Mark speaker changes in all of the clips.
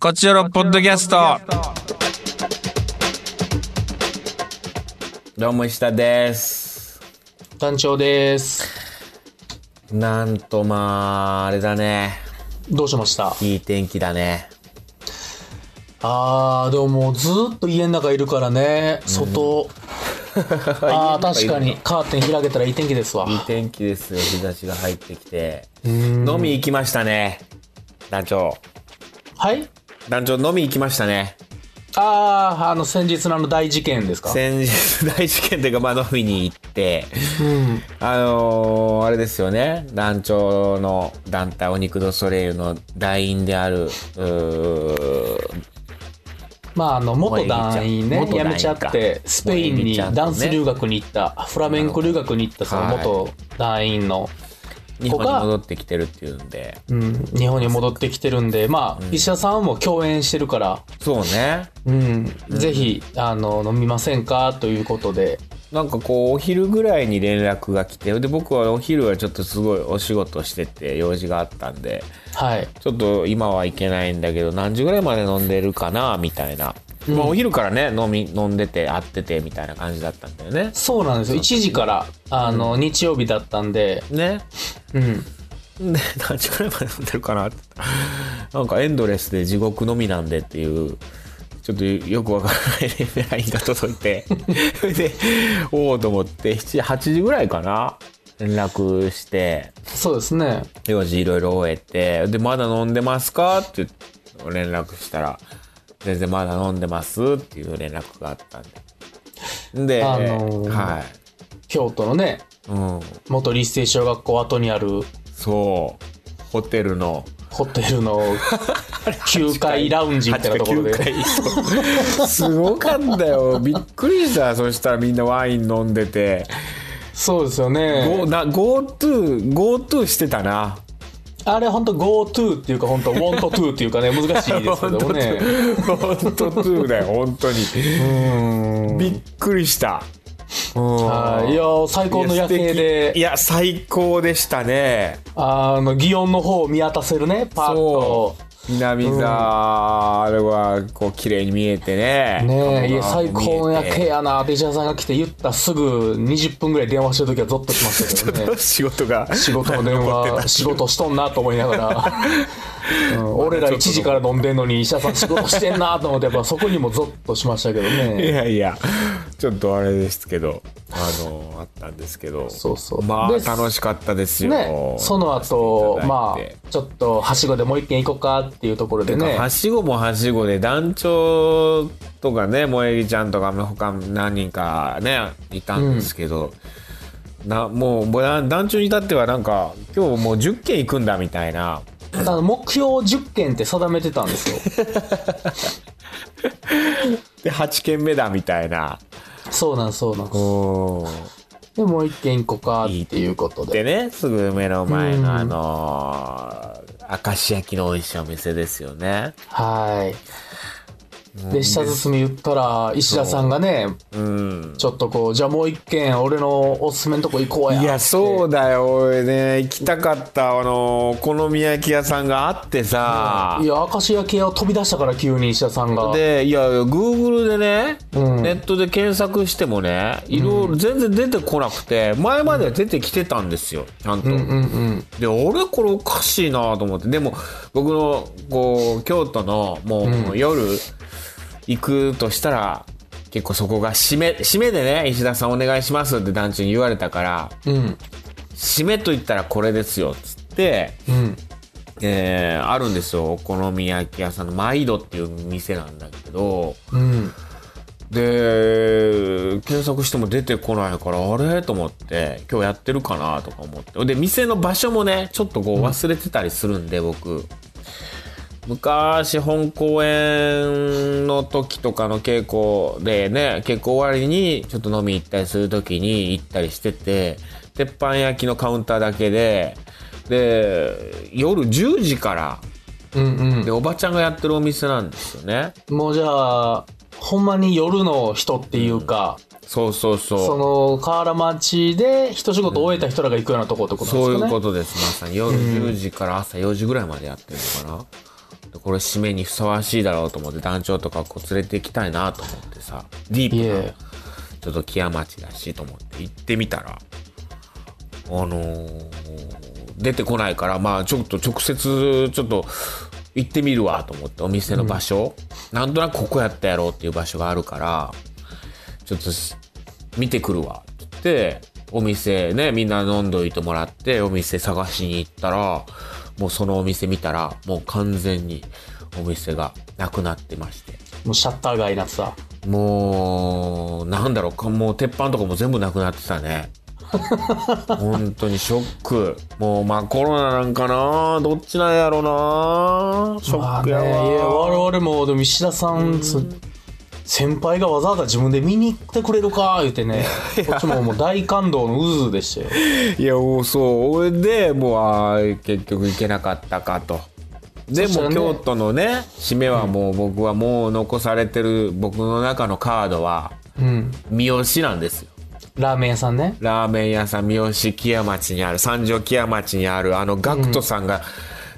Speaker 1: こちらのポッドキャスト。
Speaker 2: どうも石田です。
Speaker 3: 団長です。
Speaker 2: なんとまあ、あれだね。
Speaker 3: どうしました
Speaker 2: いい天気だね。
Speaker 3: あー、でももうずーっと家の中いるからね、外。あー、確かにカーテン開けたらいい天気ですわ。
Speaker 2: いい天気ですよ。日差しが入ってきて。
Speaker 3: うん
Speaker 2: 飲み行きましたね。団長。
Speaker 3: はい
Speaker 2: 団長、飲み行きましたね。
Speaker 3: あー、あの先日のあの大事件ですか
Speaker 2: 先日大事件というか、まあ飲みに行って、
Speaker 3: うん。
Speaker 2: あのー、あれですよね。団長の団体、お肉ドソレイユの団員である、うー
Speaker 3: まああの、元団員ね、
Speaker 2: 元団員
Speaker 3: 辞
Speaker 2: か
Speaker 3: めちゃって、スペイン
Speaker 2: もうえみ
Speaker 3: に
Speaker 2: ちゃんとね
Speaker 3: ダンス留学に行った、フラメンコ留学に行ったその
Speaker 2: なるほ
Speaker 3: 元団員の、
Speaker 2: 日本に戻ってきてるっていうんで。
Speaker 3: うん、日本に戻ってきてるんで、まあ、石田さんも共演してるから、
Speaker 2: そうね。
Speaker 3: うん、ぜひ、あの、飲みませんかということで、
Speaker 2: なんかこうお昼ぐらいに連絡が来てで僕はお昼はちょっとすごいお仕事してて用事があったんで
Speaker 3: はい。
Speaker 2: ちょっと今は行けないんだけど何時ぐらいまで飲んでるかなみたいな、まあお昼からね飲み飲んでて会っててみたいな感じだったんだよね
Speaker 3: そうなんですよ。1時から、あの、日曜日だったんで、
Speaker 2: ね
Speaker 3: うん。
Speaker 2: で何時ぐらいまで飲んでるかなって言ったらなんかエンドレスで地獄のみなんでっていうちょっとよくわからないラインが届いて それでおおと思って7 8時ぐらいかな連絡して
Speaker 3: そうですね。
Speaker 2: 用事いろいろ終えて、で、まだ飲んでますかって連絡したら、全然まだ飲んでますっていう連絡があったんで。で、
Speaker 3: あのー
Speaker 2: はい。
Speaker 3: 京都のね、
Speaker 2: うん。
Speaker 3: 元立成小学校後にある
Speaker 2: そう。ホテルの。
Speaker 3: ホテル の9階ラウンジみたいなと ころ
Speaker 2: 8か9
Speaker 3: で。
Speaker 2: 回そうすごかったよ。びっくりした。そしたらみんなワイン飲んでて。
Speaker 3: そうですよ
Speaker 2: ご
Speaker 3: ね。
Speaker 2: な GoTo、GoTo してたな。
Speaker 3: あれ本当 GoTo っていうか本当 WantTo っていうかね、難しいですけ
Speaker 2: 本
Speaker 3: ど
Speaker 2: 当
Speaker 3: も ね。
Speaker 2: 本当2だよ、本当に。
Speaker 3: うん。
Speaker 2: びっくりした。うん
Speaker 3: はいいやー最高の夜景
Speaker 2: い
Speaker 3: で、
Speaker 2: や最高でしたね
Speaker 3: あの、祇園の方を見渡せるね、パッ
Speaker 2: そ。
Speaker 3: と
Speaker 2: う南座あれはこう綺麗に見えてね
Speaker 3: ねえ、いや、
Speaker 2: 鴨川も見え
Speaker 3: 最
Speaker 2: て
Speaker 3: 高の夜景やな。で、石田さんが来て言ったすぐ20分ぐらい電話してるときはゾッとしましたけ どね。
Speaker 2: 仕事が
Speaker 3: 仕事の電話、仕事しとんなと思いなが ら、うん俺ら1時から飲んでんのに医者さん仕事してんなと思って、やっぱそこにもゾッとしましたけど
Speaker 2: い
Speaker 3: ね。
Speaker 2: やいやちょっとあれですけどあのあったんですけど
Speaker 3: そうそう
Speaker 2: まあ
Speaker 3: で
Speaker 2: 楽しかったですよ
Speaker 3: ね、その後、まあ、ちょっとはしごでもう一軒行こうかっていうところでね
Speaker 2: は、しごもはしごで団長とかね萌えぎちゃんとか他何人かねいたんですけど、なもうぼや団長に至ってはなんか今日もう10軒行くんだみたいな
Speaker 3: あの目標10件って定めてたんです よ。
Speaker 2: で8軒目だみたいな
Speaker 3: そうなんそうなん。
Speaker 2: お
Speaker 3: で、もう一軒行こうかっていうことで。
Speaker 2: でねすぐ目の前のあのー明石焼きの美味しいお店ですよね
Speaker 3: はい。で、下進み言ったら、石田さんがね、
Speaker 2: うん
Speaker 3: ちょっとこう、じゃあもう一軒、俺のおすすめのとこ行こうや。
Speaker 2: いやそう
Speaker 3: う。
Speaker 2: だよ俺ね行きたかったあのお好み焼き屋さんがあってさ、
Speaker 3: いや、明石焼き屋を飛び出したから、急に石田さんが。
Speaker 2: でいや Google でね、
Speaker 3: うん
Speaker 2: ネットで検索してもねいろいろ全然出てこなくて前までは出てきてたんですよちゃんと。
Speaker 3: うんうんうん。
Speaker 2: で俺これおかしいなと思ってでも僕のこう京都のもう夜行くとしたら、結構そこが締め締めでね石田さんお願いしますって団長に言われたから
Speaker 3: うん。
Speaker 2: 締めと言ったらこれですよっつって。
Speaker 3: うん。
Speaker 2: えーあるんですよお好み焼き屋さんのマイドっていう店なんだけど
Speaker 3: うん。
Speaker 2: で検索しても出てこないからあれと思って今日やってるかなとか思ってで店の場所もねちょっとこう忘れてたりするんで、僕昔本公演の時とかの稽古でね稽古終わりにちょっと飲み行ったりする時に行ったりしてて鉄板焼きのカウンターだけでで夜10時から
Speaker 3: うん
Speaker 2: でおばちゃんがやってるお店なんですよね
Speaker 3: うん。もうじゃあ、ほんまに夜の人っていうか、
Speaker 2: そうそうそう
Speaker 3: その、河原町で一仕事終えた人らが行くようなとこってことなんです
Speaker 2: そう
Speaker 3: かね。
Speaker 2: いうことです、まさに。夜10時から朝4時ぐらいまでやってるのかこれ締めにふさわしいだろうと思って団長とかこう連れて行きたいなと思ってさディ
Speaker 3: い
Speaker 2: ープな
Speaker 3: え
Speaker 2: ちょっと木屋町だしと思って行ってみたらあのー出てこないからまあちょっと直接ちょっと行ってみるわと思ってお店の場所、なんとなくここやったやろうっていう場所があるからちょっとし見てくるわって言ってお店ねみんな飲んどいてもらってお店探しに行ったらもうそのお店見たらもう完全にお店がなくなってまして
Speaker 3: もうシャッター街になってた
Speaker 2: もうなんだろうかもう鉄板とかも全部なくなってた ね本当にショックもうまあコロナなんかなどっちなんやろなショックや
Speaker 3: まあねいや
Speaker 2: わ、
Speaker 3: 我々もでも石田さん、つ先輩がわざわざ自分で見に来てくれるか言っ てねこっちももう大感動の渦でしたよ
Speaker 2: いやもうそう俺でもうあー結局行けなかったかとで
Speaker 3: そした
Speaker 2: も
Speaker 3: らね
Speaker 2: 京都のね締めはもう僕はもう残されてる僕の中のカードは
Speaker 3: うん
Speaker 2: 三好なんですよ
Speaker 3: ラーメン屋さんね
Speaker 2: ラーメン屋さん三好木屋町にある三条木屋町にあるあのガクトさんが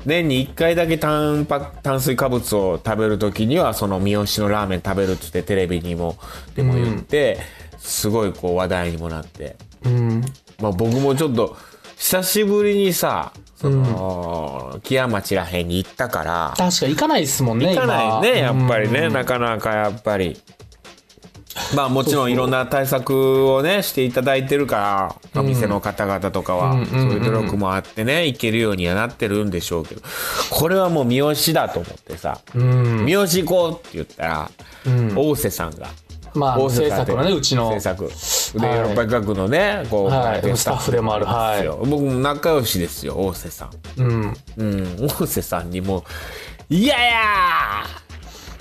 Speaker 2: 年に1回だけタンパ炭水化物を食べる時にはその三好のラーメン食べるっつってテレビにもでも言って、すごいこう話題にもなって、
Speaker 3: うん
Speaker 2: まあ、僕もちょっと久しぶりにさその、木屋町らへんに行ったから
Speaker 3: 確か行かないっすもんね
Speaker 2: 行かないねや
Speaker 3: 今
Speaker 2: っぱり
Speaker 3: うん
Speaker 2: ねなかなかやっぱりまあもちろんいろんな対策をねしていただいてるから、お店の方々とかは、
Speaker 3: うんうん
Speaker 2: そういう努力もあってね行けるようにはなってるんでしょうけどこれはもう三好だと思ってさ、
Speaker 3: うん、
Speaker 2: 三好行こうって言ったら、
Speaker 3: うん、
Speaker 2: 大瀬さんが。
Speaker 3: まあ
Speaker 2: 大瀬
Speaker 3: 制
Speaker 2: さんって
Speaker 3: 作のねうちの
Speaker 2: 制作で、
Speaker 3: はい
Speaker 2: ヨーロッパ企画のねこう、
Speaker 3: はい
Speaker 2: で
Speaker 3: スタッフでもある
Speaker 2: ですよ僕も仲良しですよ大瀬さん
Speaker 3: うん
Speaker 2: うん、大瀬さんにも「嫌や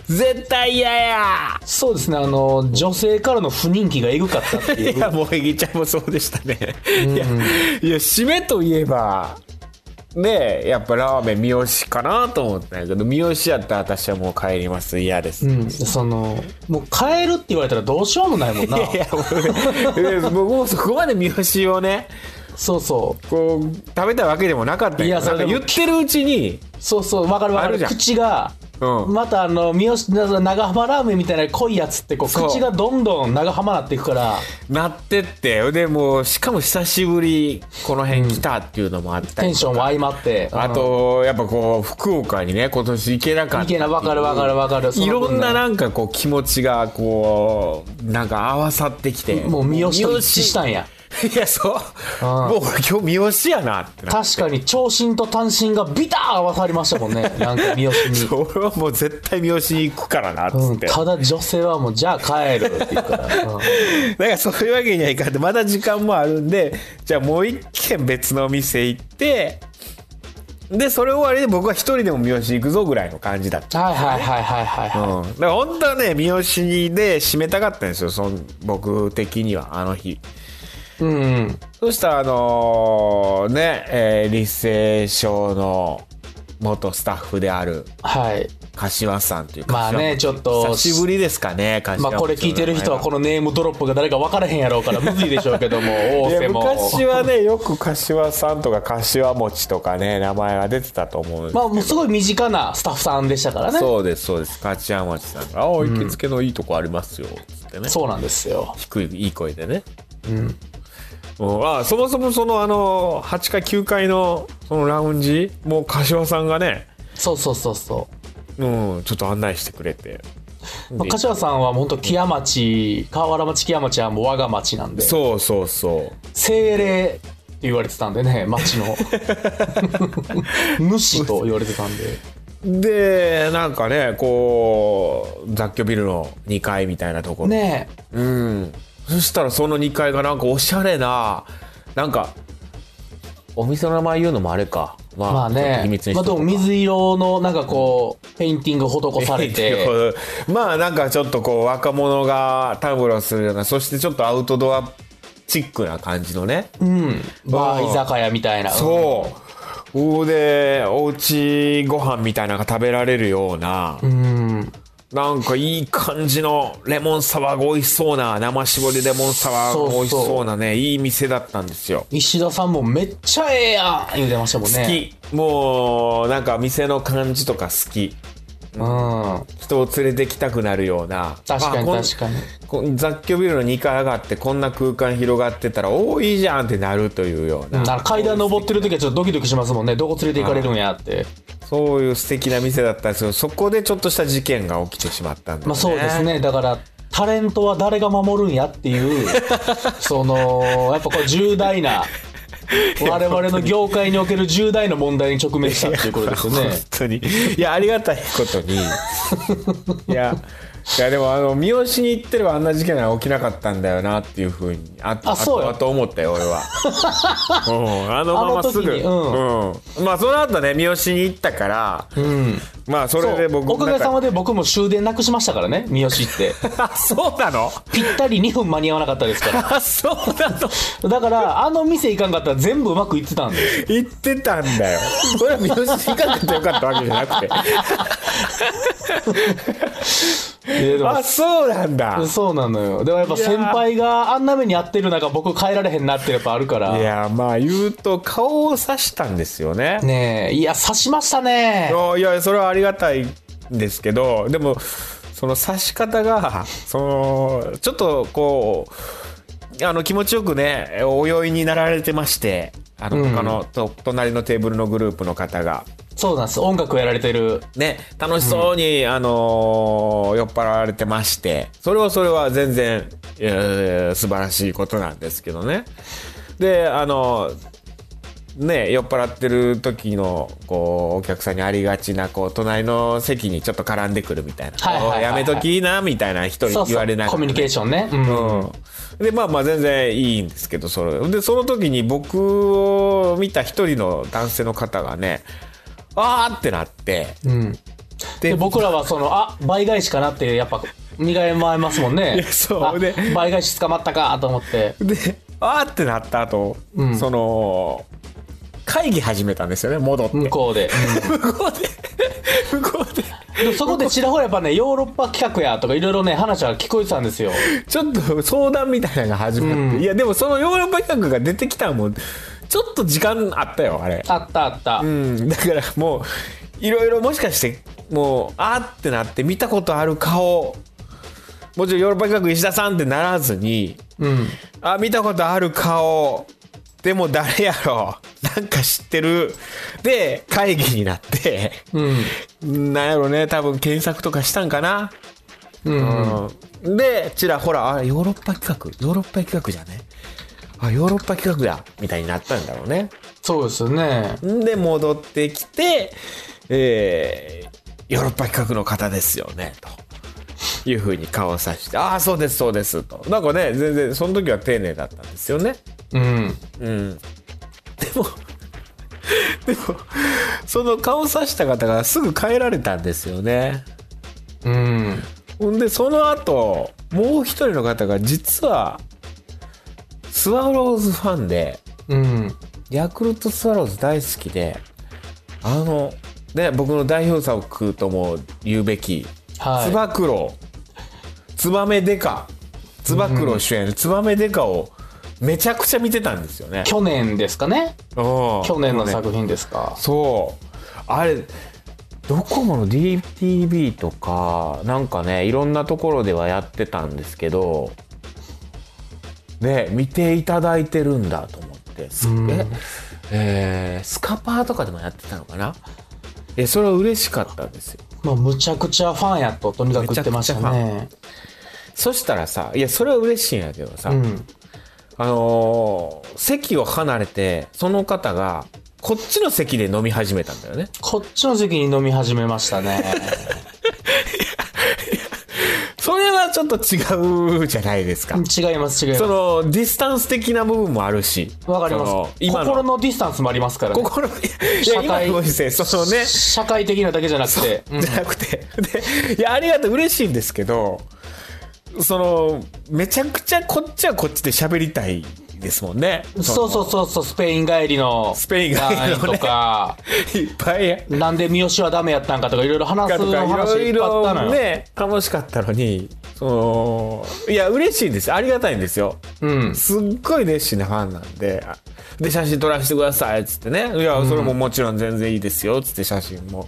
Speaker 2: 絶対嫌や!
Speaker 3: そうですねあの女性からの不人気がえぐかったっ て」い
Speaker 2: いうやもうえぎちゃんもそうでしたね、いやいや締めといえばねえやっぱラーメン三好かなと思ったんやけど三好やったら私はもう帰ります嫌です、
Speaker 3: うん、そのもう変えるって言われたらどうしようもないもんな
Speaker 2: いや 俺僕もそこまで三好をね
Speaker 3: そうそう
Speaker 2: こう食べたわけでもなかったんや
Speaker 3: いや
Speaker 2: け
Speaker 3: そ
Speaker 2: どな
Speaker 3: れで
Speaker 2: んか
Speaker 3: も
Speaker 2: 言ってるうちに
Speaker 3: そうそうわかるわか
Speaker 2: ある
Speaker 3: る
Speaker 2: じゃん
Speaker 3: 口が、
Speaker 2: うん
Speaker 3: またあの三好長浜ラーメンみたいな濃いやつってこう
Speaker 2: そう
Speaker 3: 口がどんどん長浜なっていくから
Speaker 2: なってってでもうしかも久しぶりこの辺来たっていうのもあった
Speaker 3: テ
Speaker 2: り
Speaker 3: ンションも相まって
Speaker 2: あと、やっぱこう、福岡にね、今年行けなかった
Speaker 3: うんい。けなわかるわかるわかるそ
Speaker 2: い
Speaker 3: の
Speaker 2: ろん
Speaker 3: 分ね
Speaker 2: ななんかこう気持ちがこうなんか合わさってきて
Speaker 3: もう三好と一致した
Speaker 2: い
Speaker 3: んや
Speaker 2: やそう
Speaker 3: うん
Speaker 2: もう俺今日三好やなってな
Speaker 3: 確かに長身と短身がビター合わさりましたもんねなんか三好に、
Speaker 2: 俺はもう絶対三好に行くからなっ
Speaker 3: う
Speaker 2: つっ
Speaker 3: ん、
Speaker 2: て、
Speaker 3: ただ女性はもうじゃあ帰るって言ったら、うん
Speaker 2: だからそういうわけにはいかんでまだ時間もあるんでじゃあもう一軒別のお店行ってでそれ終わりで僕は一人でも三好行くぞぐらいの感じだった
Speaker 3: はいはいはいはいはいはい、
Speaker 2: うん、だから本当はね三好にで締めたかったんですよその僕的にはあの日
Speaker 3: うんうん、
Speaker 2: そしたらあのーね、えー立成省の元スタッフである
Speaker 3: はい
Speaker 2: 柏さんという
Speaker 3: まあねちょっと
Speaker 2: 久しぶりですかね柏
Speaker 3: まあこれ聞いてる人はこのネームドロップが誰か分からへんやろうからむずいでしょうけど
Speaker 2: い
Speaker 3: も大
Speaker 2: や
Speaker 3: 瀬も
Speaker 2: 昔はねよく柏さんとか柏餅とかね名前が出てたと思うんですけど
Speaker 3: まあもうすごい身近なスタッフさんでしたからね
Speaker 2: そ
Speaker 3: そう
Speaker 2: うですそうです柏餅さんが「ああ行きつけのいいとこありますよ」つってね
Speaker 3: なんですよ
Speaker 2: 低いいい声でね、うん、あそもそもそのあの8階9階のそのラウンジもう柏さんがね、
Speaker 3: そうそうそうそ
Speaker 2: うん、ちょっと案内してくれて
Speaker 3: う、まあ、柏さんは本当木屋町河原町木屋町はもう我が町なんで
Speaker 2: そうそうそ
Speaker 3: 精霊って言われてたん でね町の主と言われてたんで
Speaker 2: うでなんかねこう雑居ビルの2階みたいなところ、
Speaker 3: ねえ
Speaker 2: うん、そしたらその2階がなんかおしゃれななんかお店の名前言うのもあれかまあ、
Speaker 3: まあ
Speaker 2: ちょっと秘
Speaker 3: ね
Speaker 2: 密にし
Speaker 3: まあ
Speaker 2: と
Speaker 3: で
Speaker 2: こう
Speaker 3: も
Speaker 2: か
Speaker 3: 水色のなんかこ うペインティング施されて
Speaker 2: まあなんかちょっとこう若者がタブロするようなそしてちょっとアウトドアチックな感じのね、
Speaker 3: うんバー居酒屋みたいな
Speaker 2: そうおうでおうちご飯みたいなのが食べられるような、
Speaker 3: うん
Speaker 2: なんかいい感じのレモンサワーが美味しそうな生絞りレモンサワーが美味しそうなねいい店だったんですよ
Speaker 3: 石田さんもめっちゃええやん言うてましたもん
Speaker 2: 好
Speaker 3: ね
Speaker 2: き、もうなんか店の感じとか好き
Speaker 3: うん。
Speaker 2: 人を連れてきたくなるような
Speaker 3: 確か
Speaker 2: あ
Speaker 3: に
Speaker 2: こん
Speaker 3: 確かに。
Speaker 2: こん雑居ビルの2階上がってこんな空間広がってたらおおいいじゃんってなるというような,、
Speaker 3: うんあの階段登ってる時はちょっとドキドキしますもんね。どこ連れて行かれるんやって。
Speaker 2: そういう素敵な店だったんですけどそこでちょっとした事件が起きてしまったんで、ね
Speaker 3: まあそうですね。だから、タレントは誰が守るんやっ ていう、その、やっぱこう重大な、我々の業界における重大な問題に直面したっていうことですよね
Speaker 2: 本。当にいやありがたいこと にいやいやでもあの三好に行ってればあんな事件は起きなかったんだよなっていうふうにあ
Speaker 3: あそうよ
Speaker 2: あと思ったよ俺 は、うん、あのまますぐ
Speaker 3: あの時にうん
Speaker 2: うんまあその後ね三好に行ったから、
Speaker 3: うん。
Speaker 2: まあそ
Speaker 3: そ
Speaker 2: れで
Speaker 3: う
Speaker 2: 僕
Speaker 3: おかげ
Speaker 2: で
Speaker 3: さまで僕も終電なくしましたからね、三 好って。
Speaker 2: そうなの
Speaker 3: ぴったり2分間に合わなかったですから。
Speaker 2: あそうなの
Speaker 3: だから、あの店行かんかったら全部うまくいってたんで。
Speaker 2: 行ってたんだ よそれは三好に行かなくてよかったわけじゃなくて
Speaker 3: いやでも
Speaker 2: あそうなんだ
Speaker 3: そうなのよ。でもやっぱ先輩があんな目に遭ってる中、僕変えられへんなってやっぱあるから
Speaker 2: い。やまあ言うと顔を刺したんですよね
Speaker 3: ねえ、いや、刺しましたね。
Speaker 2: いやいやそれはありがたいんですけどでもその刺し方がそのちょっとこうあの気持ちよくねお酔いになられてましてあの
Speaker 3: うん
Speaker 2: 他の、と隣のテーブルのグループの方が。
Speaker 3: そうなんです。音楽をやられてる。
Speaker 2: ね、楽しそうに、あのー酔っ払われてまして、それはそれは全然、えー素晴らしいことなんですけどね。で、あのね、酔っ払ってる時の、こう、お客さんにありがちな、こう、隣の席にちょっと絡んでくるみたいな。
Speaker 3: はいはいはいはい
Speaker 2: おやめときな、みたいな人
Speaker 3: そう
Speaker 2: に
Speaker 3: そう
Speaker 2: 言われながらね
Speaker 3: コミュニケーションね。うん。
Speaker 2: うん、でまあまあ全然いいんですけどそれでその時に僕を見た一人の男性の方がねあーってなって
Speaker 3: うん
Speaker 2: で
Speaker 3: で、僕らはその、あ、倍返しかなって、やっぱ、身がえ回りますもんね。
Speaker 2: いやそうね
Speaker 3: あ倍返し捕まったかと思って。
Speaker 2: で あーってなった後、
Speaker 3: うん
Speaker 2: その会議始めたんですよね戻って
Speaker 3: 向こうで。
Speaker 2: 向こうで 向こうで
Speaker 3: でそこでちらほらやっぱね、ヨーロッパ企画やとかいろいろね、話は聞こえてたんですよ。
Speaker 2: ちょっと相談みたいなのが始まって、
Speaker 3: うん
Speaker 2: いやでもそのヨーロッパ企画が出てきたのもちょっと時間あったよあれ
Speaker 3: あったあった。
Speaker 2: うん、だからもういろいろもしかしてもうあーってなって見たことある顔もちろんヨーロッパ企画石田さんってならずに
Speaker 3: うん。
Speaker 2: あ見たことある顔でも誰やろ なんか知ってるで会議になって
Speaker 3: うん。
Speaker 2: なんやろね多分検索とかしたんかな
Speaker 3: うん。
Speaker 2: うん、でちらほらあヨーロッパ企画ヨーロッパ企画じゃねあヨーロッパ企画だみたいになったんだろうね
Speaker 3: そうですよね。
Speaker 2: で戻ってきて、えーヨーロッパ企画の方ですよねというふうに顔をさして「ああそうですそうです」となんかね全然その時は丁寧だったんですよね
Speaker 3: うん。
Speaker 2: うんでも でもその顔さした方がすぐ帰られたんですよね
Speaker 3: うん。
Speaker 2: ほんでその後もう一人の方が実はスワローズファンで
Speaker 3: うん。
Speaker 2: ヤクルトスワローズ大好きで、あの、ね、僕の代表作とも言うべき、
Speaker 3: はい。
Speaker 2: つば九郎、つばめデカ、つば九郎主演、つばめデカをめちゃくちゃ見てたんですよね。
Speaker 3: 去年ですかね去
Speaker 2: 去
Speaker 3: 年の作品ですか。
Speaker 2: そう。あれ、ドコモの DTV とか、なんかね、いろんなところではやってたんですけど、ね、見ていただいてるんだと思って、す
Speaker 3: うん
Speaker 2: ええースカパーとかでもやってたのかなえ、それは嬉しかったんですよ。
Speaker 3: まあ、むちゃくちゃファンやと、とにかく言ってましたね。
Speaker 2: そしたらさ、いや、それは嬉しいんやけどさ、
Speaker 3: うん。
Speaker 2: あのー席を離れて、その方が、こっちの席で飲み始めたんだよね。
Speaker 3: こっちの席に飲み始めました ね。
Speaker 2: それはちょっと違うじゃないですか。
Speaker 3: 違います、違います
Speaker 2: そ。のディスタンス的な部分もあるし。
Speaker 3: わかり
Speaker 2: そ
Speaker 3: ま
Speaker 2: の
Speaker 3: す。
Speaker 2: 今の
Speaker 3: 心のディスタンスもありますからね。
Speaker 2: 心、いや、今のご時世、そのね、
Speaker 3: 社会的なだけじゃなくて。うん
Speaker 2: じゃなくて。で、いや、ありがとう、嬉しいんですけど、その、めちゃくちゃこっちはこっちで喋りたいですもんね。
Speaker 3: そうそうそうそう、スペイン帰りの。
Speaker 2: スペイン帰りのね
Speaker 3: ラインとか、
Speaker 2: う。いっぱいや。
Speaker 3: なんで三好はダメやったんかとか、いろいろ話す
Speaker 2: かとかい
Speaker 3: 話
Speaker 2: ろ
Speaker 3: い
Speaker 2: い
Speaker 3: っぱいあった
Speaker 2: ろ
Speaker 3: のよ。
Speaker 2: ね楽しかったのにそのいや嬉しいんですありがたいんですよ
Speaker 3: うん。
Speaker 2: すっごい熱心なファンなんで、あで、写真撮らせてくださいっつってね、いや、それももちろん全然いいですよっつって写真も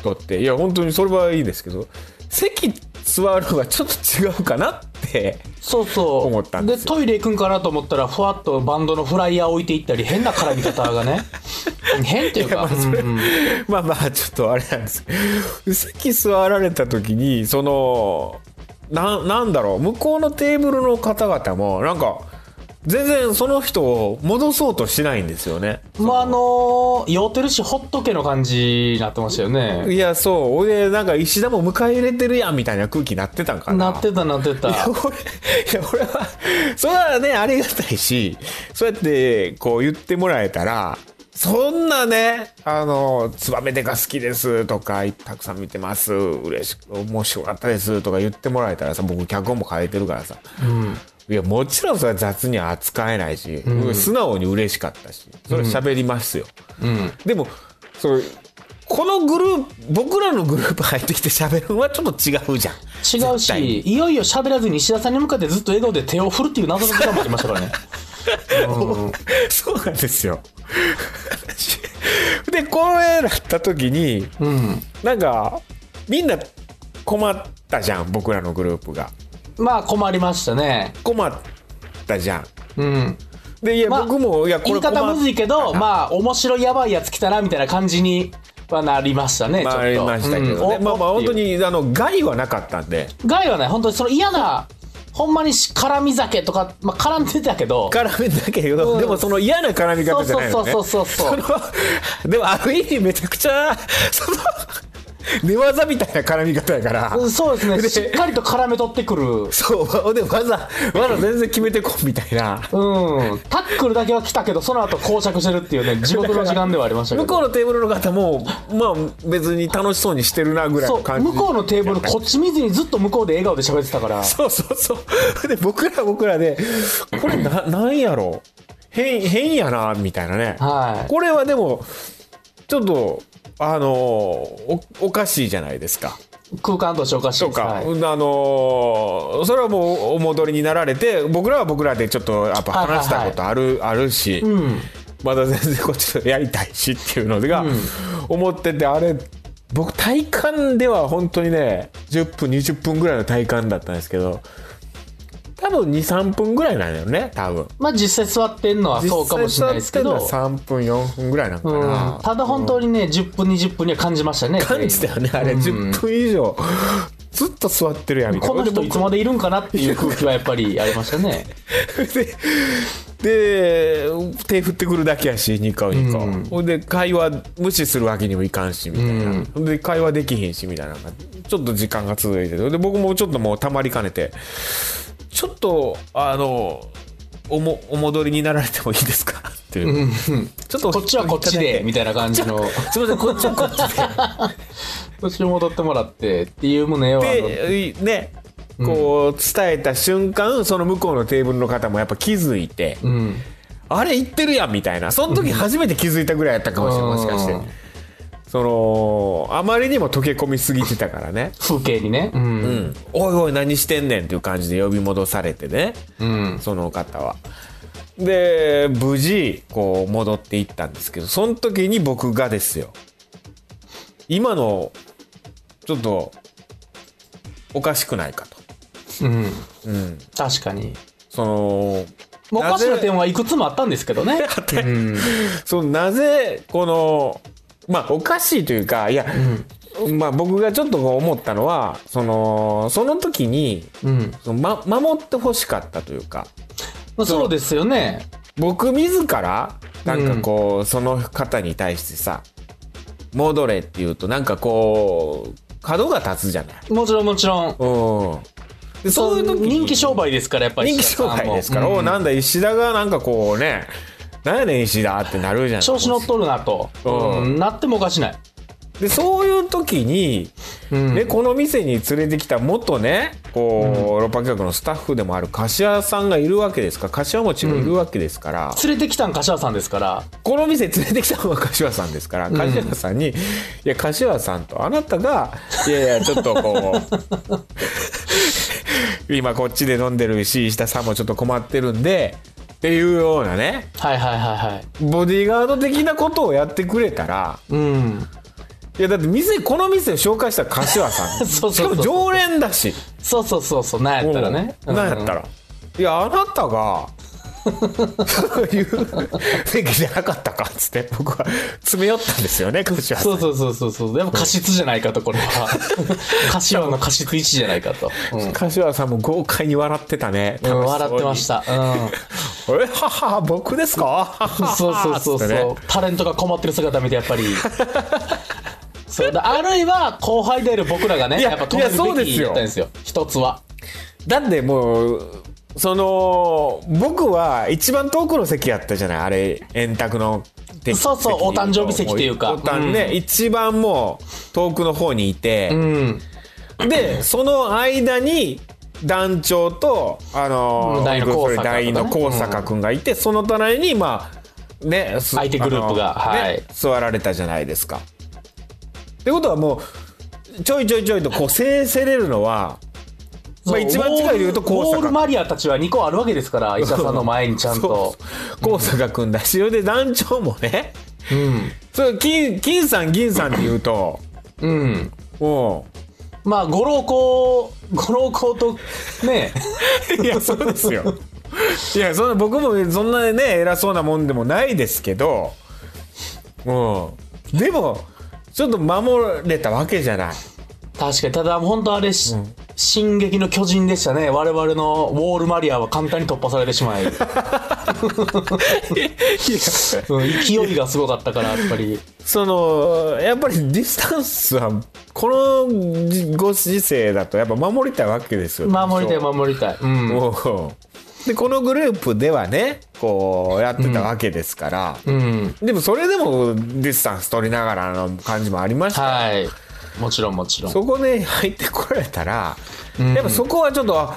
Speaker 2: 人っていや本当にそれはいいですけど席座るのがちょっと違うかなって
Speaker 3: そうそう
Speaker 2: 思ったんですよ
Speaker 3: トイレ行くんかなと思ったらふわっとバンドのフライヤー置いていったり変な絡み方が ね変っていうか、うんうん
Speaker 2: まあまあちょっとあれなんですけど席座られた時にそのななんだろう向こうのテーブルの方々もなんか全然その人を戻そうとしないんですよね。
Speaker 3: まああのー酔ってるしほっとけの感じになってましたよね
Speaker 2: いやそう俺なんか石田も迎え入れてるやんみたいな空気になってたんかな。
Speaker 3: なってたなってた
Speaker 2: いや 俺いや俺はそれはねありがたいしそうやってこう言ってもらえたらそんなね「あのツバメデカ好きです」とか「たくさん見てます嬉しく面白かったです」とか言ってもらえたらさ僕脚本も書いてるからさ、いやもちろんそれは雑には扱えないし、素直に嬉しかったしそれは喋りますよ。
Speaker 3: うん
Speaker 2: でもそれこのグループ僕らのグループ入ってきて喋るのはちょっと違うじゃん。
Speaker 3: 違う
Speaker 2: 絶対に
Speaker 3: し、いよいよ喋らずに石田さんに向かってずっと笑顔で手を振るっていう謎の時間もありまし たからね。
Speaker 2: そうなんですよ。 で、これなった時に、
Speaker 3: うん。
Speaker 2: なんか、みんな困ったじゃん、僕らのグループが。
Speaker 3: まあ困りましたね。
Speaker 2: 困ったじゃん。
Speaker 3: うん。
Speaker 2: で、いや、
Speaker 3: まあ
Speaker 2: 僕も、いや、こ
Speaker 3: 言
Speaker 2: れ
Speaker 3: い方
Speaker 2: 困っ
Speaker 3: むずいけど、まあ面白いやばいやつ来たなみたいな感じにはなり ましたね。
Speaker 2: まあ、あ
Speaker 3: ち
Speaker 2: り
Speaker 3: ょっと
Speaker 2: ましたけどね。
Speaker 3: うん
Speaker 2: まあまあ、
Speaker 3: おおっ
Speaker 2: 本
Speaker 3: て
Speaker 2: 当
Speaker 3: いう
Speaker 2: に、あの、害はなかったんで、
Speaker 3: 害はね、本当にその嫌な、ほんまにし絡み酒とか、まあ絡んでたけど、
Speaker 2: 絡みだけど、
Speaker 3: うん
Speaker 2: でもその嫌な絡み方じゃないのね。
Speaker 3: そうそうそうそうそう
Speaker 2: そのでも、ある意味めちゃくちゃ、その、寝技みたいな絡み方やから。
Speaker 3: うんそうですね、
Speaker 2: で
Speaker 3: しっかりと絡め取ってくる。
Speaker 2: そう、で、わざ、わざ全然決めてこんみたいな。
Speaker 3: うん。タックルだけは来たけど、その後膠着してるっていうね、地獄の時間ではありましたけ
Speaker 2: 向
Speaker 3: ど
Speaker 2: こ。うのテーブルの方も、まあ、別に楽しそうにしてるなぐらい
Speaker 3: そ
Speaker 2: の
Speaker 3: う
Speaker 2: 感じ。
Speaker 3: 向こうのテーブルこっち見ずにずっと向こうで笑顔で喋ってたから
Speaker 2: そうそうそう。で、僕ら僕らで、これな、なんやろ変、変やな、みたいなね。
Speaker 3: はい
Speaker 2: これはでも、ちょっと、あのお、おかしいじゃないですか。
Speaker 3: 空間としておかしい
Speaker 2: と
Speaker 3: です
Speaker 2: か、
Speaker 3: はい
Speaker 2: うんあのそれはもうお戻りになられて、僕らは僕らでちょっとやっぱ話したことある、あるし、
Speaker 3: うん
Speaker 2: まだ全然こっちでやりたいしっていうのが思ってて、あれ僕体感では本当にね10分20分ぐらいの体感だったんですけど多分23分ぐらいなんだよね多分
Speaker 3: まあ実際座ってんのはそうかもしれないですけど
Speaker 2: 実際座ってんのは3分4分ぐらいなんか
Speaker 3: う
Speaker 2: な、
Speaker 3: ん、ただ本当にね、10分20分には感じましたね
Speaker 2: 感じたよねあれ、10分以上ずっと座ってるやんみたい
Speaker 3: こ
Speaker 2: な
Speaker 3: の人いつまでいるんかなっていう空気はやっ ぱりありましたね
Speaker 2: でで手振ってくるだけやしニコニコ、
Speaker 3: うん
Speaker 2: ほんで会話無視するわけにもいかんしみたいな、
Speaker 3: うん
Speaker 2: ほんで会話できひんしみたいなのがちょっと時間が続いててで僕もちょっともうたまりかねてちょっとあのおもお戻りになられてもいいですかっていう、
Speaker 3: うん
Speaker 2: ちょっと
Speaker 3: こっちはこっちでみたいな感じの
Speaker 2: すいませんこっ ちはこっちで
Speaker 3: こっちに戻ってもらってっていう胸をあの
Speaker 2: でねこう伝えた瞬間、その向こうのテーブルの方もやっぱ気づいて、
Speaker 3: うん
Speaker 2: あれ言ってるやんみたいなその時初めて気づいたぐらいやったかもしれないもしかして
Speaker 3: うん
Speaker 2: そのあまりにも溶け込みすぎてたからね
Speaker 3: 風景にねう
Speaker 2: 「
Speaker 3: ん
Speaker 2: うん、おいおい何してんねん」っていう感じで呼び戻されてね
Speaker 3: うん
Speaker 2: その方は。で無事こう戻っていったんですけどその時に僕がですよ今のちょっとおかしくないかと。
Speaker 3: うん
Speaker 2: うん、
Speaker 3: 確かに
Speaker 2: その
Speaker 3: もうおかし
Speaker 2: な
Speaker 3: な
Speaker 2: ぜ
Speaker 3: 点はいくつもあったんですけどねうん
Speaker 2: そのなぜこのまあおかしいというかいや、まあ僕がちょっとこう思ったのはそのその時に
Speaker 3: うん
Speaker 2: その、ま、守ってほしかったというか
Speaker 3: まあ、そうですよね。
Speaker 2: 僕自らなんかこう、その方に対してさ「戻れ」っていうとなんかこう角が立つじゃない。
Speaker 3: もちろんもちろん。
Speaker 2: うん、でそういう時に
Speaker 3: 人気商売ですから、やっぱり。
Speaker 2: 人気商売ですから、おうなんだ石田がなんかこうねなんやねん石田ってなるじゃない
Speaker 3: 調子乗っとるなと。
Speaker 2: うん
Speaker 3: うんなってもおかしない。
Speaker 2: でそういう時に、
Speaker 3: うん
Speaker 2: ね、この店に連れてきた元ねこう、ロッパ企画のスタッフでもある柏さんがいるわけですから柏餅もいるわけですから、
Speaker 3: 連れてきたん柏さんですから。
Speaker 2: この店に連れてきたのが柏さんですから柏さんに「いや柏さんとあなたがいやいやちょっとこ う今こっちで飲んでるし石田さんもちょっと困ってるんで」っていうようなね
Speaker 3: はいはいはいはい。
Speaker 2: ボディーガード的なことをやってくれたら
Speaker 3: うん。
Speaker 2: いやだって店この店を紹介したら柏さん
Speaker 3: そうそうそう
Speaker 2: しかも常連だし
Speaker 3: そうそうそうそうなんやったらね
Speaker 2: うんなんやったら、いやあなたが そういう席じゃなかったかっつって 僕は詰め寄ったんですよね柏さん
Speaker 3: そうそうそうそうそう。やっぱ過失じゃないかと、これ は。柏の過失1じゃないかと。うんうん
Speaker 2: 柏さんも豪快に笑ってたね
Speaker 3: 笑ってましたた。
Speaker 2: え
Speaker 3: う
Speaker 2: はは僕ですか
Speaker 3: ん。 そうそうそうそう、
Speaker 2: つってね
Speaker 3: タレントが困ってる姿見て、やっぱり。そうだあるいは後輩である僕らがね、
Speaker 2: いや
Speaker 3: やっぱ止め
Speaker 2: いやそう
Speaker 3: るべ
Speaker 2: で
Speaker 3: き
Speaker 2: すよ
Speaker 3: だったんですよ。一つは。
Speaker 2: だってもうその僕は一番遠くの席やったじゃないあれ円卓の席
Speaker 3: そうそうお誕生日席というか
Speaker 2: お誕ね、一番もう遠くの方にいて、
Speaker 3: うん。
Speaker 2: で、その間に、団長と、あの
Speaker 3: う
Speaker 2: ー、
Speaker 3: ん団員の
Speaker 2: それ
Speaker 3: 高坂とかね
Speaker 2: 団員の高坂くんがいて、その隣に、まあ、ね、す
Speaker 3: 相手グループが
Speaker 2: あの
Speaker 3: はい
Speaker 2: ね座られたじゃないですか。ってことはもう、ちょいちょいちょいとこう制せれるのは、まあ一番近いで言うと高
Speaker 3: ゴール
Speaker 2: 坂
Speaker 3: マリアたちは2個あるわけですから、石田さんの前にちゃんと
Speaker 2: そ。う高坂くんだし、それで団長もね、
Speaker 3: うん。
Speaker 2: そう金、金さん、銀さんって言うと、
Speaker 3: うん。
Speaker 2: も
Speaker 3: まあ、五郎公、五郎公と、 ね、
Speaker 2: う、いや、そうですよ。いや、そんな、僕もそんなね、偉そうなもんでもないですけど、うん。でも、ちょっと守れたわけじゃない。
Speaker 3: 確かにただ本当あれし、進撃の巨人でしたね我々のウォールマリアは簡単に突破されてしまい、うん勢いがすごかったからやっぱり
Speaker 2: その、やっぱりディスタンスは、このじご時世だと、やっぱ守りたいわけですよ。
Speaker 3: 守りたい
Speaker 2: も
Speaker 3: 守りたい、うん
Speaker 2: うんで、このグループではね、こう、やってたわけですから、
Speaker 3: うん、
Speaker 2: でもそれでもディスタンス取りながらの感じもありましたよ
Speaker 3: はいもちろんもちろん
Speaker 2: そこで入ってこられたら、やっぱそこはちょっと、あ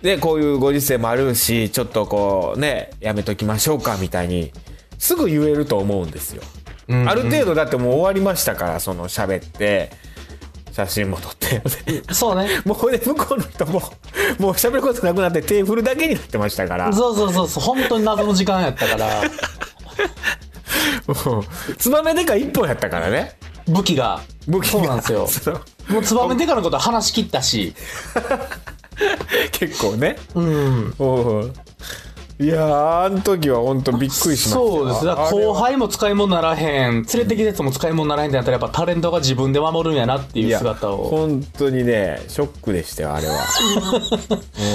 Speaker 2: ね、こういうご時世もあるし、ちょっとこうね、やめときましょうかみたいに、すぐ言えると思うんですよ。ある程度だってもう終わりましたから、その喋って、写真も撮って。
Speaker 3: そうね
Speaker 2: もうほんで向こうの人も、もう喋ることなくなって手振るだけになってましたから、
Speaker 3: そうそうそうそう本当に謎の時間やったから
Speaker 2: もうつまめでか一本やったからね。
Speaker 3: 武器が
Speaker 2: 武器が
Speaker 3: そうなんですよ
Speaker 2: その
Speaker 3: もうツバメデカのことは話し切ったし
Speaker 2: 結構ね。
Speaker 3: うん
Speaker 2: おういやーあの時は本当びっくりしました
Speaker 3: そうですね
Speaker 2: あれは
Speaker 3: 後輩も使い物ならへん連れてきたやつも使い物ならへんってなったらやっぱタレントが自分で守るんやなって
Speaker 2: い
Speaker 3: いう
Speaker 2: や
Speaker 3: 姿を
Speaker 2: 本当にねショックでしたよあれは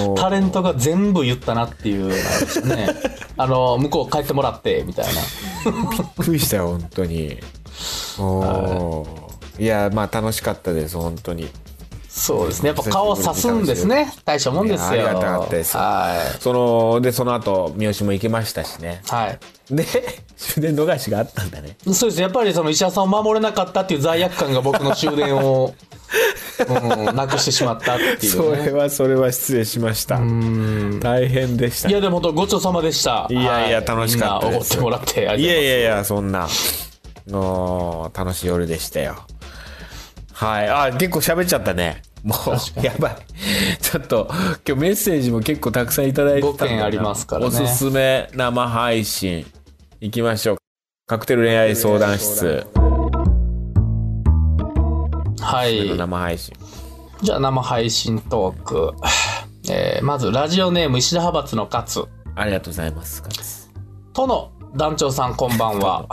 Speaker 2: もう
Speaker 3: タレントが全部言ったなっていうのがありました ねあの向こう帰ってもらってみたいな
Speaker 2: びっくりしたよ本当におーいやまあ楽しかったです本当に
Speaker 3: そうですねやっぱ顔さすんですね大したもんですよ
Speaker 2: いやありがたかったです
Speaker 3: は
Speaker 2: そのでその後三好も行きましたしね
Speaker 3: い、はい
Speaker 2: で 終電逃しがあったんだね
Speaker 3: そうですねやっぱりその医者さんを守れなかったっていう罪悪感が僕の終 電を、うん、なくしてしまったっていう、
Speaker 2: そ
Speaker 3: ね、
Speaker 2: れはそれは失礼しました大変でした
Speaker 3: いやでも本当ごちそうさまでした
Speaker 2: いやいや
Speaker 3: は
Speaker 2: 楽しかった
Speaker 3: み
Speaker 2: で
Speaker 3: んなおごっ
Speaker 2: す
Speaker 3: てもらってあり
Speaker 2: い
Speaker 3: がと
Speaker 2: や
Speaker 3: う
Speaker 2: いやいや、そんな。の楽しい夜でしたよ。はい。あ、結構喋っちゃったね。も
Speaker 3: 確か
Speaker 2: う、
Speaker 3: に
Speaker 2: やばい。 ちょっと、今日メッセージも結構たくさんいただいてたんだよ
Speaker 3: ご件
Speaker 2: な
Speaker 3: ありますからね
Speaker 2: おすすめ生配信。行きましょう。カクテル恋愛相談室
Speaker 3: はい
Speaker 2: の生配信。
Speaker 3: じゃあ生配信トーク、えーまずラジオネーム石田派閥の勝
Speaker 2: ありがとうございます。カツ
Speaker 3: との団長さんこんば んは。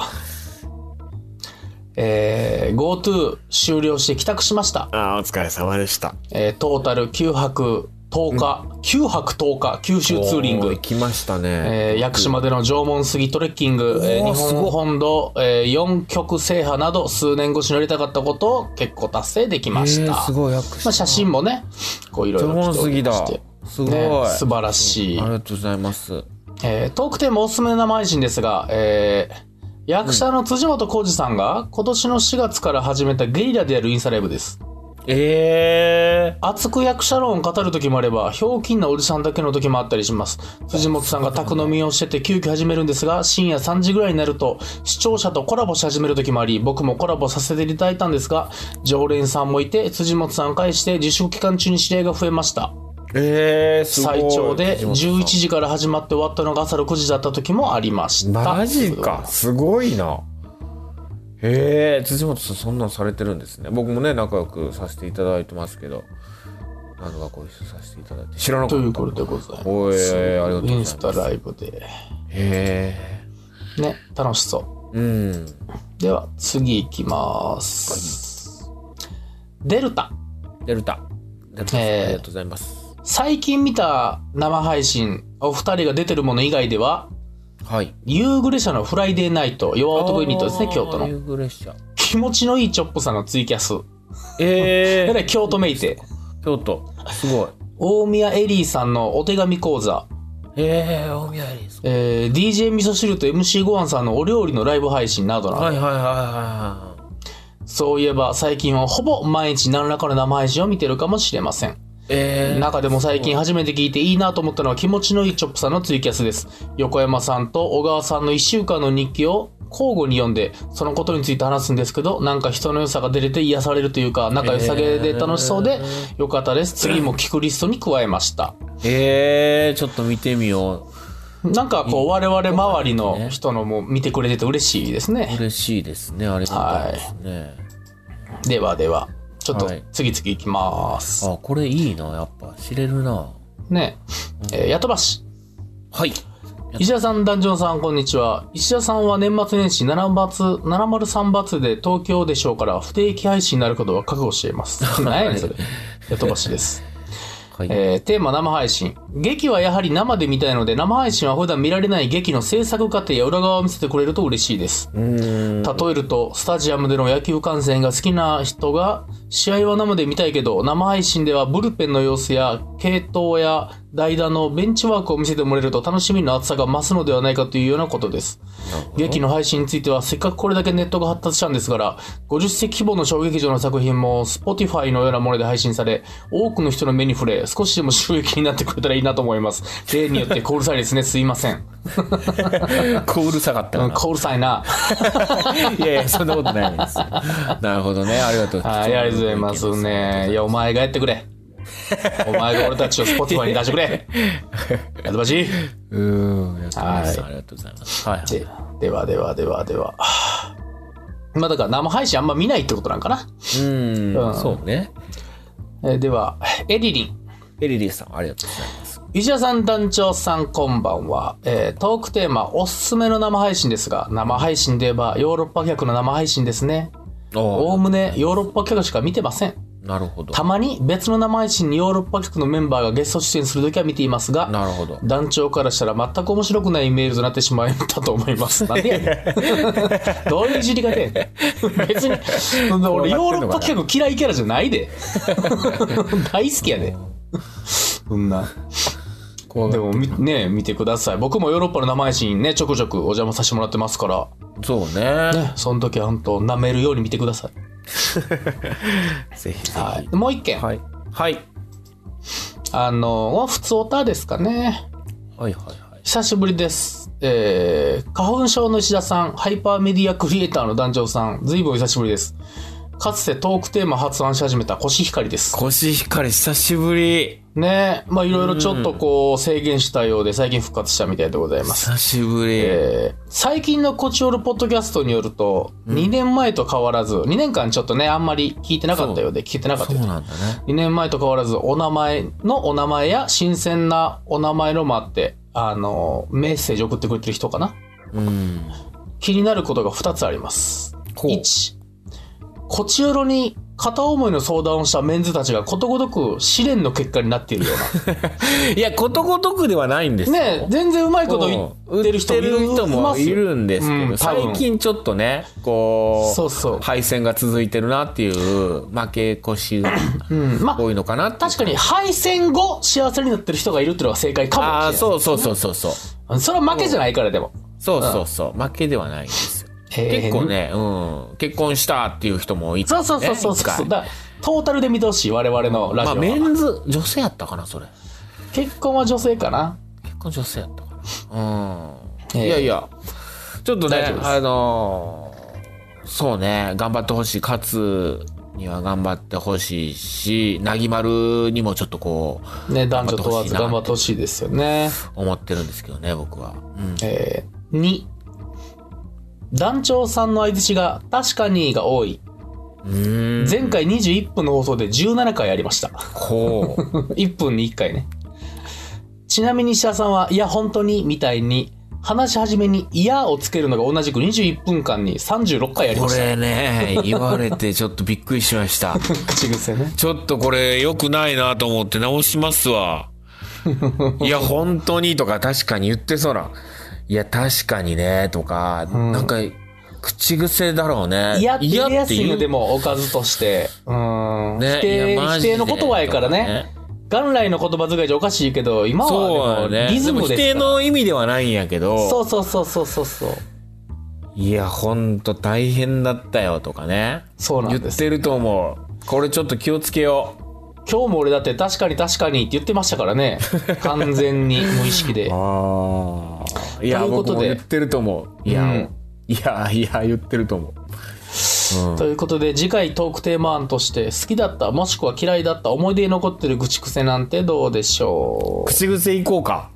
Speaker 3: えー GoTo 終了して帰宅しました。
Speaker 2: あーお疲れ様でした。
Speaker 3: えートータル9泊10日、9泊10日、九州ツーリン
Speaker 2: お
Speaker 3: グ
Speaker 2: 行。きましたね。
Speaker 3: えー屋久島での縄文杉トレッキング、えー
Speaker 2: おー
Speaker 3: 日
Speaker 2: すご
Speaker 3: 本
Speaker 2: い
Speaker 3: 本土、え4曲制覇など数年越しにやりたかったことを結構達成できました、
Speaker 2: えーすごい、役
Speaker 3: まあ、写真もねこういろい
Speaker 2: 縄
Speaker 3: ろ
Speaker 2: 文
Speaker 3: 来ており
Speaker 2: 杉だ
Speaker 3: まして。
Speaker 2: すごい。
Speaker 3: ね
Speaker 2: あ
Speaker 3: 素晴らしい、
Speaker 2: りがとうございます。
Speaker 3: えートークテーマおすすめの生配信ですが、えー役者の辻元浩二さんが今年の4月から始めたゲリラでやるインスタライブです。
Speaker 2: え
Speaker 3: 熱く役者論を語る時もあれば、ひょうきんなおじさんだけの時もあったりします。辻元さんが宅飲みをしてて急遽始めるんですが、深夜3時ぐらいになると視聴者とコラボし始める時もあり、僕もコラボさせていただいたんですが、常連さんもいて、辻元さんを介して自粛期間中に知り合いが増えました。
Speaker 2: ー、えー、すごい。
Speaker 3: 最長で11
Speaker 2: 時
Speaker 3: 時から始まって終わったのが朝6時だった時もありました。
Speaker 2: マジかすごいなへえ辻本さんそんなんされてるんですね僕もね仲良くさせていただいてますけど何度かご一緒させていただいて知らなかった
Speaker 3: ということでございます。
Speaker 2: おいありがとうござい
Speaker 3: イ
Speaker 2: ま
Speaker 3: ン
Speaker 2: す
Speaker 3: スタライブで。
Speaker 2: へ
Speaker 3: ね、楽しそ
Speaker 2: えうん
Speaker 3: う。では、次行きます。デルタ。
Speaker 2: デルタデルタさん、
Speaker 3: えー
Speaker 2: ありがとうございます
Speaker 3: 最近見た生配信、お二人が出てるもの以外では、
Speaker 2: はい
Speaker 3: 夕暮れ社のフライデーナイト、弱男ユニットですね、京都
Speaker 2: あー
Speaker 3: の。
Speaker 2: 夕暮れ車
Speaker 3: 気持ちのいいチョップさんのツイキャス。
Speaker 2: え
Speaker 3: えら
Speaker 2: え
Speaker 3: い京都めいて。
Speaker 2: 京都す ごい
Speaker 3: 大宮エリーさんのお手紙講座。
Speaker 2: ええー、大宮エリーさん
Speaker 3: えー DJ 味噌汁と MC ご飯さんのお料理のライブ配信などなど、
Speaker 2: はいはいはいはいはい
Speaker 3: そういえば最近はほぼ毎日何らかの生配信を見てるかもしれません。
Speaker 2: ええー、
Speaker 3: 中でも最近初めて聞いていいなと思ったのは気持ちのいいチョップさんのツイキャスです。横山さんと小川さんの1週間の日記を交互に読んで、そのことについて話すんですけど、なんか人の良さが出れて癒されるというか、仲良さげで楽しそうで、よかったです。次も聞くリストに加えました。
Speaker 2: ええー、ちょっと見てみよ
Speaker 3: なんかこう、我々周りの人のも見てくれてて嬉しいです
Speaker 2: う
Speaker 3: ね。
Speaker 2: 嬉しいですねありがとうございますね、
Speaker 3: ではでは、ちょっと
Speaker 2: はい
Speaker 3: 次々いきます。
Speaker 2: あこれいいなやっぱ知れるな
Speaker 3: ねえ、えー、やとばし。
Speaker 2: はい
Speaker 3: 石田さん、ダンジョンさん、こんにちは。石田さんは年末年始7罰、703罰で東京でしょうから不定期配信になることは覚悟してい ます。何やねん、それ。やとばしです。
Speaker 2: はい、
Speaker 3: えーテーマ生配信。劇はやはり生で見たいので、生配信は普段見られない劇の制作過程や裏側を見せてくれると嬉しいです。
Speaker 2: うーん
Speaker 3: 例えると、スタジアムでの野球観戦が好きな人が、試合は生で見たいけど、生配信ではブルペンの様子や、系統や代打のベンチワークを見せてもらえると楽しみの厚さが増すのではないかというようなことです。劇の配信については、せっかくこれだけネットが発達したんですから、50席規模の小劇場の作品も、Spotify のようなもので配信され、多くの人の目に触れ、少しでも収益になってくれたらいいなと思います。例によってコールサインですね、すいません。
Speaker 2: こううるさかった
Speaker 3: う
Speaker 2: か
Speaker 3: ん
Speaker 2: な
Speaker 3: コールサインな。
Speaker 2: いやいや、そんなことないです。なるほどね。ありがとう。
Speaker 3: はい、ありがとうございますね。いや、お前がやってく れ。お前が俺たちをスポティファイに出してく れ。やっばし。
Speaker 2: うーん、やってます。
Speaker 3: は
Speaker 2: ありがとうございます。はい、はい。
Speaker 3: でではではではでは。まあだから生配信あんま見ないってことなんかな。
Speaker 2: うん、そうね。
Speaker 3: えーでは、エリリン。
Speaker 2: エリリーさん、ありがとうございます。
Speaker 3: 石田さん団長さんこんばんは、えートークテーマおすすめの生配信ですが生配信で言えばヨーロッパ客の生配信ですねおお
Speaker 2: お
Speaker 3: むねヨーロッパ客しか見てません
Speaker 2: なるほど。
Speaker 3: たまに別の生配信にヨーロッパ客のメンバーがゲスト出演するときは見ていますが
Speaker 2: なるほど。
Speaker 3: 団長からしたら全く面白くないメールとなってしまったと思います。 なんでやねん。 どういういじり方やねん。別に、 俺ヨーロッパ客嫌いキャラじゃないで。 大好きやで。そんな。でもみね見てください。僕もヨーロッパの生配信ね、ちょくちょくお邪魔させてもらってますか
Speaker 2: そう
Speaker 3: ら、
Speaker 2: ね。
Speaker 3: ね、その時は本当舐めるように見てください。
Speaker 2: ぜひぜ
Speaker 3: はい。
Speaker 2: ひ。
Speaker 3: もう一件。
Speaker 2: はい。はい。
Speaker 3: あの、普通オタですかね。
Speaker 2: はいはいはい。
Speaker 3: 久しぶりです。えー、花粉症の石田さん、ハイパーメディアクリエイターの団長さん、ずいぶんお久しぶりです。かつてトークテーマ発案し始めたコシヒカリです。
Speaker 2: コシヒカリ、久しぶり。
Speaker 3: ねえ、まあいろいろちょっとこう制限したようで最近復活したみたいでございます。
Speaker 2: 久しぶり。
Speaker 3: えー最近のコチオルポッドキャストによると、2年前と変わらず、2年間ちょっとね、あんまり聞いてなかったようで、聞いてなかった
Speaker 2: そう
Speaker 3: ようで
Speaker 2: なんだね。
Speaker 3: 2年前と変わらずお名前のお名前や新鮮なお名前のもあってあのメッセージ送ってくれてる人かな
Speaker 2: うん。
Speaker 3: 気になることが2つあります
Speaker 2: こう。
Speaker 3: 1こちうろに片思いの相談をしたメンズたちがことごとく試練の結果になっているよう
Speaker 2: いや、ことごとくではないんです
Speaker 3: な
Speaker 2: よ。
Speaker 3: ねえ全然うまいこと言ってる人
Speaker 2: 売ってる人もい
Speaker 3: ますよ
Speaker 2: るんですけ
Speaker 3: うん
Speaker 2: ど、
Speaker 3: 多分
Speaker 2: 最近ちょっとねこ
Speaker 3: そうそう
Speaker 2: 敗戦が続いてるなっていう負け越しが
Speaker 3: うんまあ
Speaker 2: 多いのかなっていう
Speaker 3: 確かに敗戦後幸せになってる人がいるっていうのが正解かもしれな
Speaker 2: あ
Speaker 3: い
Speaker 2: あそうそうそうそうそう
Speaker 3: それは負けじゃないからでも
Speaker 2: そうそうそう負けではないんですよ
Speaker 3: えー
Speaker 2: 結構ね、うん、結婚したっていう人もいて、
Speaker 3: そ
Speaker 2: ね、
Speaker 3: うそうそうそう
Speaker 2: 一
Speaker 3: そう。
Speaker 2: 回
Speaker 3: だからトータルで見てほしい、我々のラ
Speaker 2: ま
Speaker 3: ジオは
Speaker 2: あメンズ女性やったかなそれ
Speaker 3: 結婚は女性かな。
Speaker 2: 結婚女性やったかなうん、
Speaker 3: ええ
Speaker 2: いやいやちょっと
Speaker 3: 大
Speaker 2: ね
Speaker 3: 丈夫です
Speaker 2: あのーそうね頑張ってほしい勝つには頑張ってほしいしなぎまるにもちょっとこ
Speaker 3: ね、男女問わず頑
Speaker 2: 頑
Speaker 3: 張
Speaker 2: 張
Speaker 3: っ
Speaker 2: ってて
Speaker 3: ほしいですよね。
Speaker 2: う思ってるんですけどね僕は、うん、
Speaker 3: えー、2。団長さんの相槌が確かにが多い。
Speaker 2: うーん。
Speaker 3: 前回21分の放送で17回やりました。
Speaker 2: ほう。
Speaker 3: 1分に1回ね。ちなみに石田さんは、いや、本当に、みたいに、話し始めに、いやをつけるのが同じく21分間に36回やり
Speaker 2: こ
Speaker 3: ました。
Speaker 2: れね、言われてちょっとびっくりしました。
Speaker 3: 口癖ね。
Speaker 2: ちょっとこれ良くないなと思って直します わ。いや、本当にとか確かに言ってそうな。いや、確かにねとか、
Speaker 3: ん
Speaker 2: なんか、口癖だろうね。
Speaker 3: いやって言いやすい
Speaker 2: いや
Speaker 3: の
Speaker 2: って言
Speaker 3: で
Speaker 2: う
Speaker 3: も、おかずとして。うーん。
Speaker 2: ね
Speaker 3: 否定、
Speaker 2: いやマ
Speaker 3: 否
Speaker 2: ジで
Speaker 3: 定の言葉やからね。元来の言葉遣いじゃおかしいけど、今
Speaker 2: そう
Speaker 3: は
Speaker 2: よ
Speaker 3: でも
Speaker 2: ね。
Speaker 3: リズム
Speaker 2: でも否
Speaker 3: で
Speaker 2: 定
Speaker 3: すから。
Speaker 2: の意味ではないんやけど。
Speaker 3: そうそうそうそうそうそう。
Speaker 2: いや、ほんと大変だったよとかね。
Speaker 3: そうなん
Speaker 2: 言
Speaker 3: で
Speaker 2: っ
Speaker 3: す。
Speaker 2: てると思う。これちょっと気をつけよ
Speaker 3: 今日も俺だって確かに確かにって言ってましたから ね。完全に無意識で
Speaker 2: う。。ああ。いや、
Speaker 3: というこ
Speaker 2: 僕
Speaker 3: とで
Speaker 2: も言ってると思う。いや、
Speaker 3: うん
Speaker 2: いや、いや、言ってると思う。
Speaker 3: ということで次回トークテーマ案として好きだったもしくは嫌いだった思い出に残ってる愚痴癖なんてどうでしょ
Speaker 2: 口癖いこうか。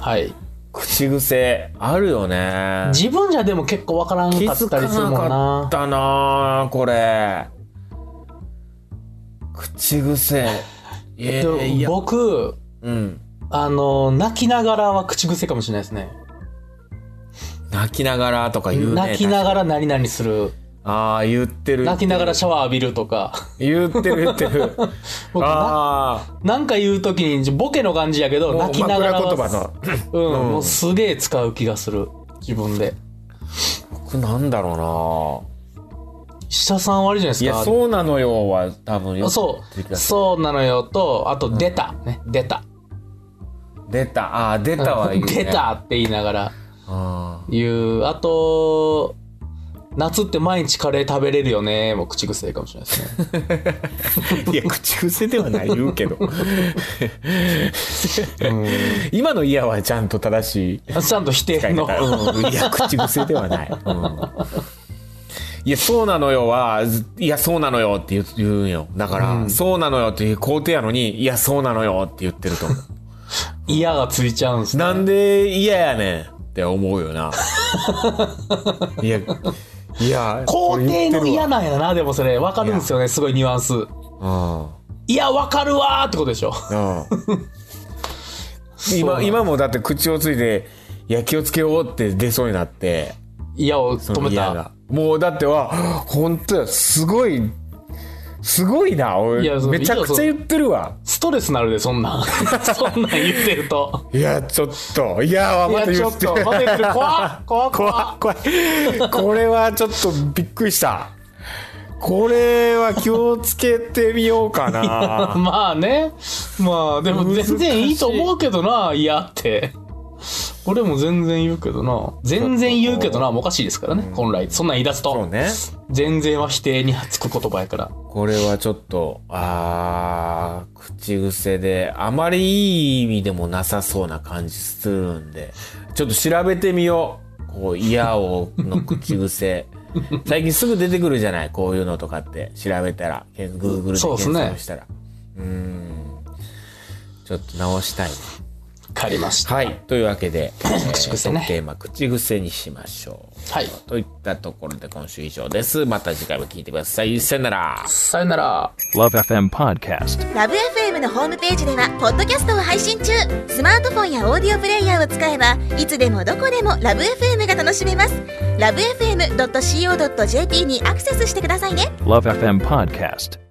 Speaker 3: うはい
Speaker 2: 口癖、あるよね。
Speaker 3: 自分じゃでも結構わからん
Speaker 2: 気
Speaker 3: かっ
Speaker 2: づ
Speaker 3: た
Speaker 2: か
Speaker 3: り
Speaker 2: な
Speaker 3: するもん
Speaker 2: か
Speaker 3: な
Speaker 2: ったなこれ。口癖。いや、い
Speaker 3: で
Speaker 2: や、
Speaker 3: 僕
Speaker 2: うん。
Speaker 3: あの泣きながらは口癖かもしれないですね
Speaker 2: 泣きながらとか言うね。
Speaker 3: 泣きながら何々する
Speaker 2: ああ、言ってる。
Speaker 3: 泣きながらシャワー浴びるとか
Speaker 2: 言ってる言ってる。
Speaker 3: 僕な
Speaker 2: ああ。
Speaker 3: なんか言う時にボケの感じやけど
Speaker 2: もう
Speaker 3: 泣きながら
Speaker 2: 枕言葉
Speaker 3: は
Speaker 2: の。
Speaker 3: うん、もうすげえ使う気がする自分で
Speaker 2: 僕なんだろ
Speaker 3: 下さんはあれじゃないうで
Speaker 2: な
Speaker 3: す
Speaker 2: い
Speaker 3: か
Speaker 2: や、そうなのよは多分よく
Speaker 3: そ
Speaker 2: 言ってた
Speaker 3: う、そうなのよと、あと出た、ね、出た。
Speaker 2: 出た。ああ、出たは言う、ね。
Speaker 3: 出たって言いながら
Speaker 2: あ
Speaker 3: 言う。あと、夏って毎日カレー食べれるよね。もう口癖かもしれないです ね。
Speaker 2: ー。いや、口癖ではない言 うけど。今の「いや」はちゃんと正しい
Speaker 3: ちゃんと否定
Speaker 2: 使い
Speaker 3: の。
Speaker 2: 方。うん、いや、口癖ではない。うんいや、そうなのよは、ずいや、そうなのよって言う言うんよ。だから、そうなのよっていう肯定やのに、いや、そうなのよって言ってると思う。
Speaker 3: 嫌がついちゃうんですね。
Speaker 2: なんで嫌やねんって思うよ な。いや、いや、
Speaker 3: 肯定の嫌
Speaker 2: な。
Speaker 3: なんやな、でもそれ。わかるんですよね、すごいニュアンス。
Speaker 2: うん。
Speaker 3: いや、わかるわーってことでしょ。
Speaker 2: うん。
Speaker 3: そうな
Speaker 2: 今、
Speaker 3: ん
Speaker 2: 今もだって口をついて、いや、気をつけようって出そうになって、
Speaker 3: いやを
Speaker 2: そ
Speaker 3: 止
Speaker 2: の
Speaker 3: め
Speaker 2: 嫌
Speaker 3: た。
Speaker 2: が。もうだっては、本当や、すごい、すごいな、俺
Speaker 3: いやそ、の
Speaker 2: めちゃくちゃ言ってるわ。
Speaker 3: ストレスなるで、そん なん。そんなん言ってると。
Speaker 2: いや、ちょっと、いや、
Speaker 3: い
Speaker 2: ま
Speaker 3: や、
Speaker 2: た
Speaker 3: ち
Speaker 2: 言
Speaker 3: ょ
Speaker 2: っ
Speaker 3: ってと、待ってる。怖っ怖っ怖
Speaker 2: 怖
Speaker 3: っ
Speaker 2: い怖いこれはちょっとびっくりしたこれは気をつけてみようかな
Speaker 3: まあね。まあ、でも全然いいと思うけどな、いやって。俺も全然言うけどな。全然言うけどな、もうおかしいですからね、本来。そんなん言い出す
Speaker 2: そう
Speaker 3: と。
Speaker 2: ね
Speaker 3: 全然は否定につく言葉やから。
Speaker 2: これはちょっとあー口癖であまりいい意味でもなさそうな感じするんでちょっと調べてみようこう「いやお」の口 癖最近すぐ出てくるじゃないこういうのとかって調べたらけん Google で
Speaker 3: そうですね
Speaker 2: 検索したらう,、んちょっと直したいね
Speaker 3: 借りました。
Speaker 2: はい。というわけで、えー
Speaker 3: 口癖ね
Speaker 2: トークテーマ、口癖にしましょう。
Speaker 3: はい
Speaker 2: といったところで今週以上です。また次回も聞いてください。さよなら。
Speaker 3: さよなら。
Speaker 1: Love FM Podcast.
Speaker 4: ラブ f m のホームページではポッドキャストを配信中スマートフォンやオーディオプレイヤーを使えばいつでもどこでもラブ f m が楽しめますラブ FM.co.jp にアクセスしてくださいね
Speaker 1: Love FM Podcast.